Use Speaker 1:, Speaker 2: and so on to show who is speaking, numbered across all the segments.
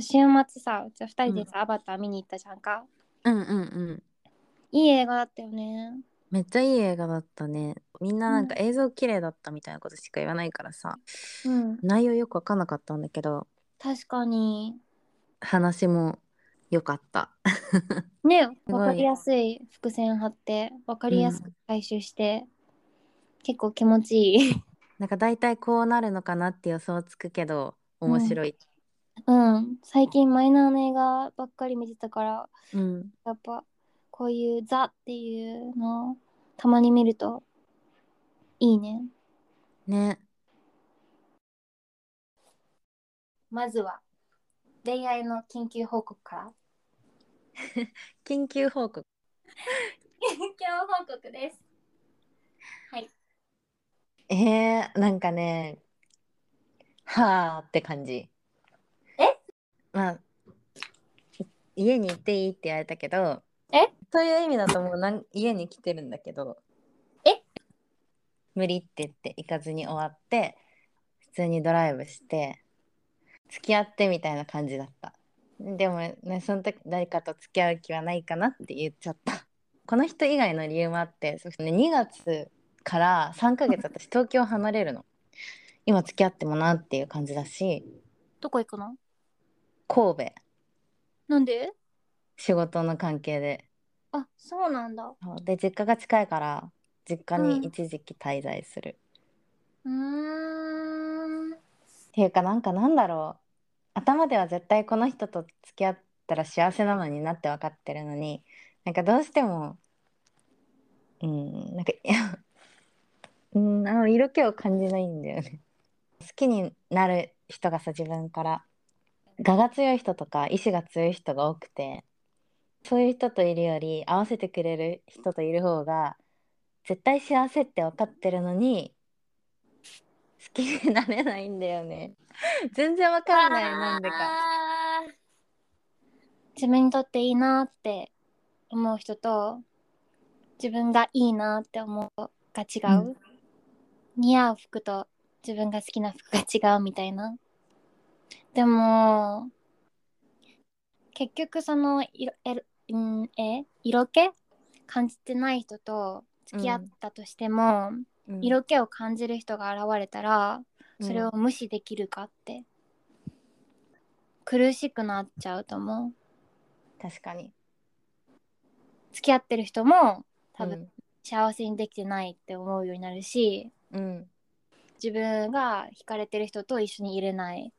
Speaker 1: 週末さうちら2人でさ、アバター見に行ったじゃんか
Speaker 2: うんうんうん
Speaker 1: いい映画だったよね
Speaker 2: めっちゃいい映画だったねみんななんか映像綺麗だったみたいなことしか言わないからさ、
Speaker 1: うん
Speaker 2: 内容よく分かんなかったんだけど
Speaker 1: 確かに
Speaker 2: 話も良かった
Speaker 1: ね
Speaker 2: ごい
Speaker 1: わかりやすい伏線張ってわかりやすく回収して、結構気持ちい い
Speaker 2: なんか大体こうなるのかなって予想つくけど面白い、
Speaker 1: うん最近マイナーの映画ばっかり見てたから
Speaker 2: うん、
Speaker 1: やっぱこういう「ザ」っていうのをたまに見るといいね
Speaker 2: ね
Speaker 1: まずは恋愛の緊急報告から
Speaker 2: 緊急報告
Speaker 1: 緊急報告です
Speaker 2: えー、なんかねはあって感じ
Speaker 1: え
Speaker 2: まあ家に行っていいって言われたけど
Speaker 1: え
Speaker 2: という意味だともうなん家に来てるんだけど
Speaker 1: え
Speaker 2: 無理って言って行かずに終わって普通にドライブして付き合ってみたいな感じだったでもねその時誰かと付き合う気はないかなって言っちゃったこの人以外の理由もあってそうね2月から3ヶ月私東京離れるの今付き合ってもなっていう感じだし
Speaker 1: どこ行くの
Speaker 2: 神戸
Speaker 1: なんで
Speaker 2: 仕事の関係で
Speaker 1: あそうなんだ
Speaker 2: そうで実家が近いから実家
Speaker 1: うん
Speaker 2: に一時期滞在する、
Speaker 1: うーん
Speaker 2: っていうかなんかなんだろう頭では絶対この人と付き合ったら幸せなのになって分かってるのになんかどうしてもうんなんかいや うんあの色気を感じないんだよね 好きになる人がさ自分から我が強い人とか意志が強い人が多くてそういう人といるより合わせてくれる人といる方が絶対幸せって分かってるのに好きになれないんだよね 全然分かんないなんでか
Speaker 1: あー自分にとっていいなって思う人と自分がいいなって思うが違う、似合う服と自分が好きな服が違うみたいなでも結局その色えるんえ色気感じてない人と付き合ったとしても、
Speaker 2: うん
Speaker 1: 色気を感じる人が現れたらそれを無視できるかって、苦しくなっちゃうと思う
Speaker 2: 確かに
Speaker 1: 付き合ってる人も多分
Speaker 2: うん
Speaker 1: 幸せにできてないって思うようになるし、
Speaker 2: うん
Speaker 1: 自分が惹かれてる人と一緒にいれない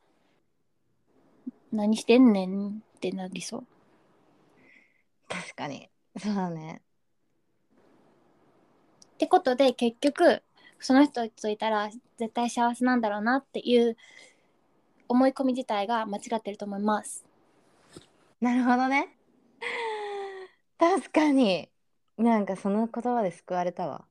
Speaker 1: 何してんねんってなりそう
Speaker 2: 確かにそうだね
Speaker 1: ってことで結局その人といたら絶対幸せなんだろうなっていう思い込み自体が間違ってると思います
Speaker 2: なるほどね。 確かに。なんかその言葉で救われたわ。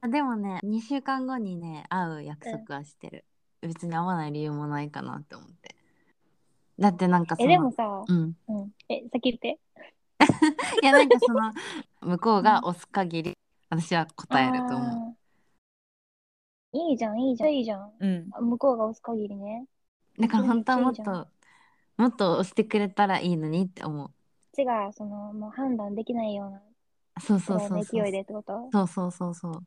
Speaker 2: でもね、2週間後にね、会う約束はしてる。別に会わない理由もないかなって思って。だってなんかそ
Speaker 1: え
Speaker 2: の、
Speaker 1: でもさ、
Speaker 2: うん。
Speaker 1: うん、え先言って
Speaker 2: いやなんかその、 向こうが押す限り、私は答えると思
Speaker 1: あーいいじゃんいいじゃんいいじゃん
Speaker 2: う。うん。
Speaker 1: 向こうが押す限りね
Speaker 2: だから本当はも
Speaker 1: め
Speaker 2: っ
Speaker 1: っちゃい
Speaker 2: と、もっと押してくれたらいいのにって思
Speaker 1: こっちがそのもう判断できないような
Speaker 2: う。そう
Speaker 1: く
Speaker 2: そう
Speaker 1: らい
Speaker 2: そ
Speaker 1: の
Speaker 2: うそう。
Speaker 1: 勢いでってこと
Speaker 2: そうそうそうそう。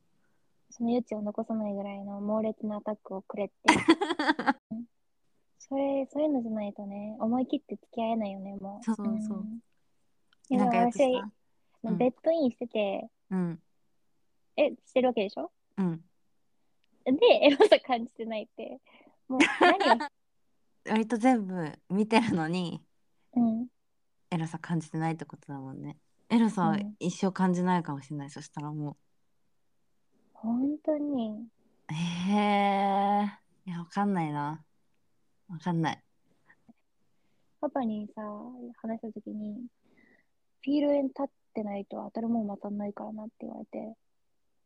Speaker 1: その余地を残さないぐらいの猛烈なアタックをくれってうん それそういうのじゃないとね思い切って付き合えないよねもう
Speaker 2: そうそうそうん
Speaker 1: いや
Speaker 2: なんかやっぱ
Speaker 1: 私
Speaker 2: さ、うん
Speaker 1: ベッドインしてて、
Speaker 2: うん。
Speaker 1: えしてるわけでしょ
Speaker 2: うん。
Speaker 1: でエロさ感じてないってもう何 を、
Speaker 2: 割と全部見てるのに
Speaker 1: うん、
Speaker 2: エロさ感じてないってことだもんねエロさは
Speaker 1: うん
Speaker 2: 一生感じないかもしれない、そしたらも
Speaker 1: 本当に
Speaker 2: うへえいやわかんないなわかんない
Speaker 1: パパにさ、話したときに、フィールドに立ってないと当たるもんも当たんないからなって言われて、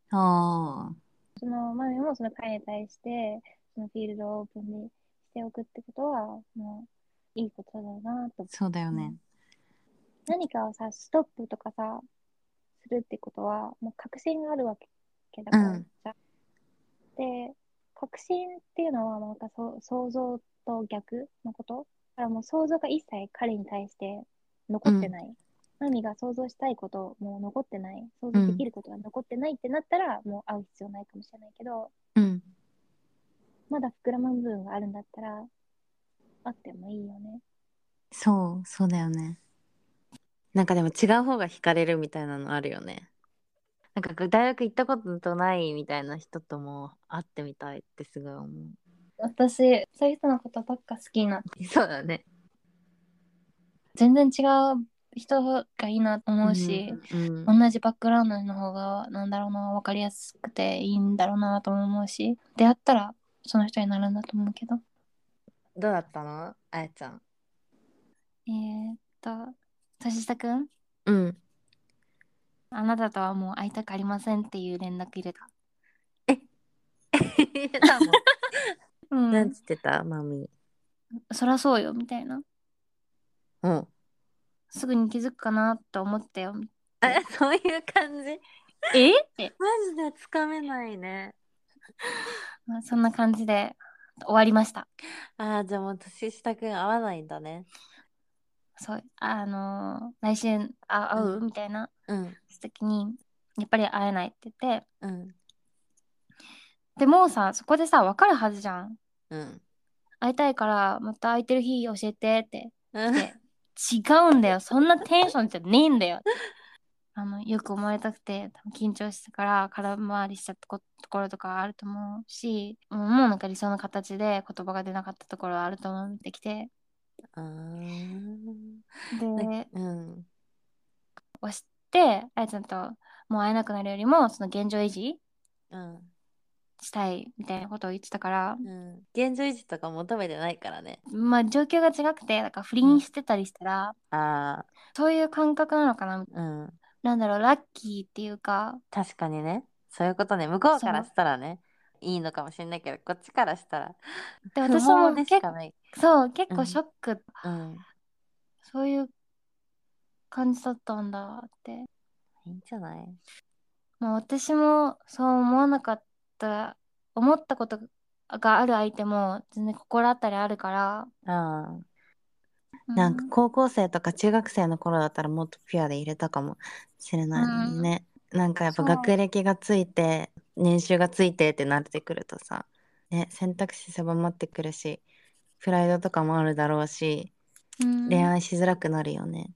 Speaker 2: あー
Speaker 1: その、マミもその彼に対して、そのフィールドをオープンにしておくってことは、もう、いいことだなと。
Speaker 2: そうだよね
Speaker 1: 何かをさ、ストップとかさ、するってことは、もう確信があるわけだから
Speaker 2: うん
Speaker 1: さ。で、確信っていうのはなんかそう想像と逆のことだからもう想像が一切彼に対して残ってない、マミが想像したいこともう残ってない想像できることが残ってないってなったら、もう会う必要ないかもしれないけど
Speaker 2: うん
Speaker 1: まだ膨らまん部分があるんだったら会ってもいいよね
Speaker 2: そうそうだよねなんかでも違う方が惹かれるみたいなのあるよねなんか大学行ったことないみたいな人とも会ってみたいってすごい思う
Speaker 1: 私そういう人のことばっか好きな
Speaker 2: そうだね
Speaker 1: 全然違う人がいいなと思うし、
Speaker 2: うん
Speaker 1: 同じバックグラウンドの方がなんだろうな分かりやすくていいんだろうなとも思うし出会ったらその人になるんだと思うけど
Speaker 2: どうだったのあやちゃん
Speaker 1: えー、っと年下くん
Speaker 2: うん
Speaker 1: あなたとはもう会いたくありませんっていう連絡入れたう
Speaker 2: 何
Speaker 1: ん
Speaker 2: つってたマミ
Speaker 1: そらそうよみたいな
Speaker 2: うん
Speaker 1: すぐに気づくかなと思ったよ
Speaker 2: あそういう感じ
Speaker 1: えって
Speaker 2: マジでつかめないね
Speaker 1: まあそんな感じで終わりました
Speaker 2: あーじゃあもう年下くん会わないんだね
Speaker 1: そうあのー来週あ会う、
Speaker 2: うん
Speaker 1: みたいな
Speaker 2: うん
Speaker 1: 時にやっぱり会えないって言って
Speaker 2: うん
Speaker 1: でもうさそこでさ分かるはずじゃん
Speaker 2: うん
Speaker 1: 会いたいからまた空いてる日教えてって
Speaker 2: うん
Speaker 1: で違うんだよそんなテンションじゃねえんだよあのよく思われたくて多分緊張してたから空回りしちゃったこところとかあると思うしもうもうなんか理想の形で言葉が出なかったところはあると思ってきて
Speaker 2: あー
Speaker 1: で
Speaker 2: うん
Speaker 1: 押してあやちゃんともう会えなくなるよりもその現状維持
Speaker 2: うん
Speaker 1: したいみたいなことを言ってたから
Speaker 2: うん現状維持とか求めてないからね
Speaker 1: まあ状況が違くてだから不倫してたりしたら、
Speaker 2: あ
Speaker 1: そういう感覚なのかな
Speaker 2: あうん
Speaker 1: なんだろうラッキーっていうか
Speaker 2: 確かにねそういうことね向こうか
Speaker 1: そ
Speaker 2: ら
Speaker 1: の
Speaker 2: したらねいいのかもしれないけどこっちからしたら
Speaker 1: で
Speaker 2: 不
Speaker 1: 私
Speaker 2: 毛
Speaker 1: も
Speaker 2: で
Speaker 1: 結
Speaker 2: しかない
Speaker 1: そう結
Speaker 2: うん
Speaker 1: 構ショック、
Speaker 2: うん
Speaker 1: そういう感じだったんだって
Speaker 2: いいんじゃない
Speaker 1: もう私もそう思わなかった思ったことがある相手も全然心当たりあるから、
Speaker 2: ああ
Speaker 1: う
Speaker 2: なんか高校生とか中学生の頃だったらもっとピュアで入れたかもしれないのにね、なんかやっぱ
Speaker 1: そう
Speaker 2: 学歴がついて年収がついてってなってくるとさ、ね、選択肢狭まってくるしプライドとかもあるだろうし
Speaker 1: うん
Speaker 2: 恋愛しづらくなるよね、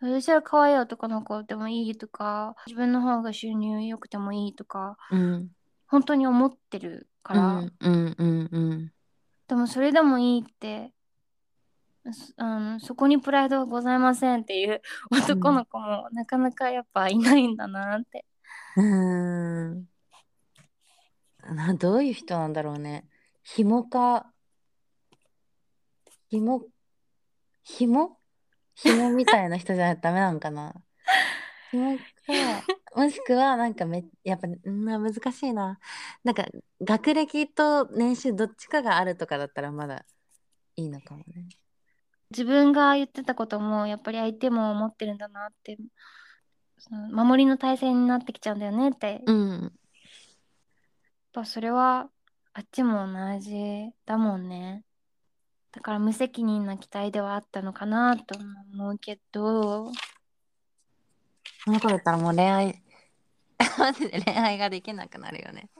Speaker 1: 私は可愛い男の子でもいいとか自分の方が収入良くてもいいとか
Speaker 2: うん、
Speaker 1: 本当に思ってるか
Speaker 2: う
Speaker 1: ら、
Speaker 2: んうんうんうん
Speaker 1: でもそれでもいいってすあのそこにプライドはございませんっていう男の子もなかなかやっぱいないんだなって、
Speaker 2: うーんなどういう人なんだろうね紐か紐紐紐みたいな人じゃないとダメなのかな紐かもしくはなんかめやっぱうんな難しいななんか学歴と年収どっちかがあるとかだったらまだいいのかもね
Speaker 1: 自分が言ってたこともやっぱり相手も思ってるんだなってその守りの体制になってきちゃうんだよねって、やっ
Speaker 2: うん
Speaker 1: ぱそれはあっちも同じだもんねだから無責任な期待ではあったのかなとも思うけど
Speaker 2: その子だったらもう恋愛 マジで恋愛ができなくなるよね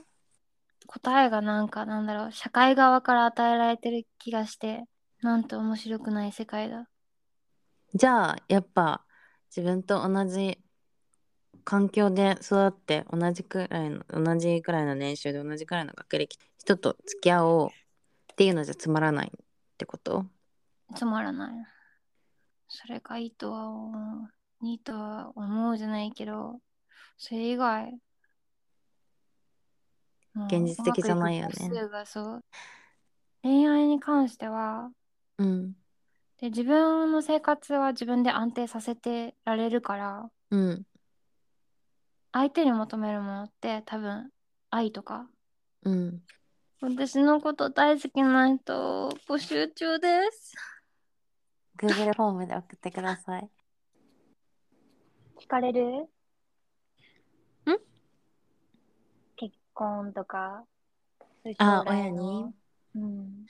Speaker 1: 答えがなんかなんだろう社会側から与えられてる気がしてなんと面白くない世界だ
Speaker 2: じゃあやっぱ自分と同じ環境で育って同じくらいの同じくらいの年収で同じくらいの学歴人と付き合おうっていうのじゃつまらないってこと
Speaker 1: つまらないそれがいいとは思ういいとは思うじゃないけどそれ以外もう
Speaker 2: 現実的じゃないよね
Speaker 1: うまくいく個数がそう恋愛に関しては
Speaker 2: うん
Speaker 1: で自分の生活は自分で安定させてられるから
Speaker 2: うん
Speaker 1: 相手に求めるものって多分愛とか
Speaker 2: うん
Speaker 1: 私のこと大好きな人を募集中です。
Speaker 2: Google フォームで送ってください
Speaker 1: 聞かれるんコンとかそういう
Speaker 2: あ
Speaker 1: 将来の
Speaker 2: 親に
Speaker 1: うん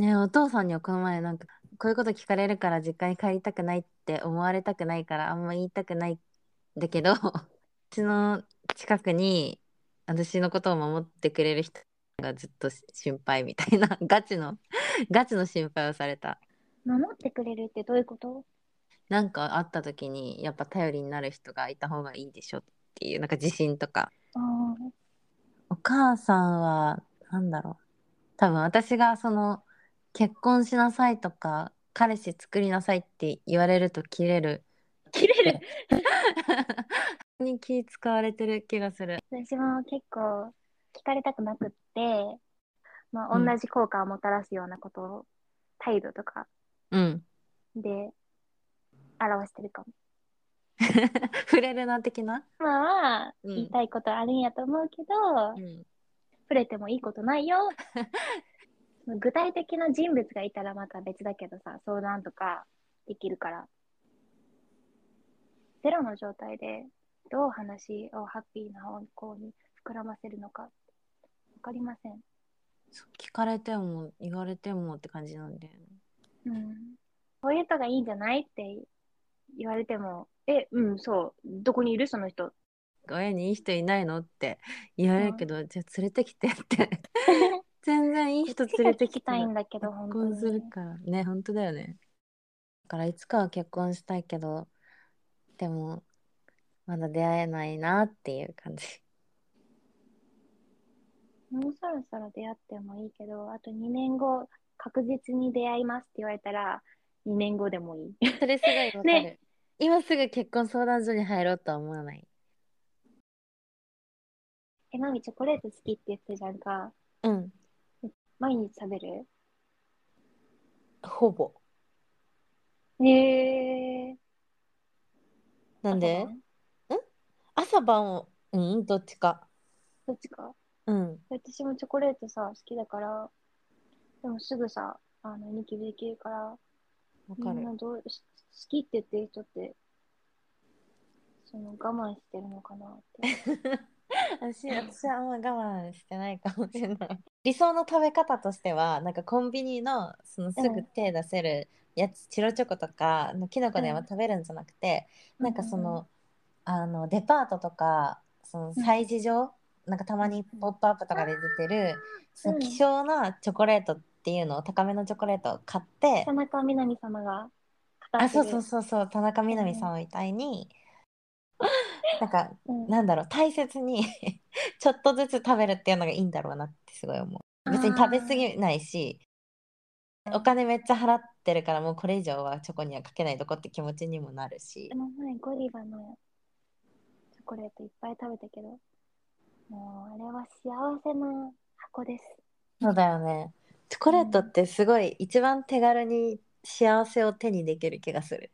Speaker 2: ねえお父さんにはこの前なんかこういうこと聞かれるから実家に帰りたくないって思われたくないからあんま言いたくないんだけど うちの近くに私のことを守ってくれる人がずっと心配みたいな ガチのガチの心配をされた
Speaker 1: 守ってくれるってどういうこと
Speaker 2: なんかあった時にやっぱ頼りになる人がいた方がいいでしょっていうなんか自信とか
Speaker 1: あ
Speaker 2: お母さんはなんだろう多分私がその結婚しなさいとか彼氏作りなさいって言われると切れる
Speaker 1: ー切れ る
Speaker 2: に気使われてる気がする
Speaker 1: 私も結構聞かれたくなくって、まあ、
Speaker 2: うん
Speaker 1: 同じ効果をもたらすようなことを、態度とか
Speaker 2: うん
Speaker 1: で表してるかも。
Speaker 2: 触れるな的な
Speaker 1: まあ、
Speaker 2: うん
Speaker 1: 言いたいことあるんやと思うけど、
Speaker 2: うん
Speaker 1: 触れてもいいことないよ。 具体的な人物がいたらまた別だけどさ、相談とかできるから。ゼロの状態でどう話をハッピーな方向に膨らませるのか、わかりません。
Speaker 2: そう聞かれても言われてもって感じなんだよね
Speaker 1: うん。こういう人がいいんじゃないって言われても、え、うん、そう、どこにいるその 人。
Speaker 2: 親にいい人いないのって言われるけど、じゃあ連れてきてって 全然いい人
Speaker 1: 人
Speaker 2: 連れて
Speaker 1: 聞き
Speaker 2: き
Speaker 1: た
Speaker 2: た
Speaker 1: い
Speaker 2: ら
Speaker 1: んだけど、本
Speaker 2: 結
Speaker 1: 当
Speaker 2: 婚
Speaker 1: に。
Speaker 2: するからね本当だよねだからいつかは結婚したいけどでもまだ出会えないなっていう感じ
Speaker 1: もうそろそろ出会ってもいいけど、あと2年後、確実に出会いますって言われたら、2年後でもい い。
Speaker 2: それすごいわかる、
Speaker 1: ね
Speaker 2: 今すぐ結婚相談所に入ろうとは思わない
Speaker 1: え、マミ、チョコレート好きって言ってたじゃんか。
Speaker 2: うん
Speaker 1: 毎日食べる
Speaker 2: ほぼ
Speaker 1: えー。
Speaker 2: なん
Speaker 1: 朝
Speaker 2: で
Speaker 1: 晩
Speaker 2: 朝晩をうんどっちか
Speaker 1: どっちか。
Speaker 2: うん
Speaker 1: 私もチョコレートさ、好きだから、でもすぐさ、あの、ニキビできるから、
Speaker 2: わ
Speaker 1: みんなどうし好きって言ってる人って、その、我慢してるのかなって。
Speaker 2: 私私はあんま我慢してないかもしれない 理想の食べ方としてはなんかコンビニのそのすぐ手出せるやつ、チロチョコとかのきのこでも
Speaker 1: うん
Speaker 2: 食べるんじゃなくて、 なんかその,、あのデパートとかその催事場、なんかたまに「ポップアップとかで出てる、その希少なチョコレートっていうのを高めのチョコレートを買って、
Speaker 1: 田中みな実様が語ってる、
Speaker 2: あそうそうそうそう田中みな実さんみたいに、なんか
Speaker 1: うん
Speaker 2: なんだろう大切に ちょっとずつ食べるっていうのがいいんだろうなってすごい思う別に食べ過ぎないしお金めっちゃ払ってるからもうこれ以上はチョコにはかけないとこって気持ちにもなるし
Speaker 1: でも前ゴディバのチョコレートいっぱい食べたけど、もうあれは幸せな箱です。
Speaker 2: そうだよねチョコレートってすごい一番手軽に幸せを手にできる気がする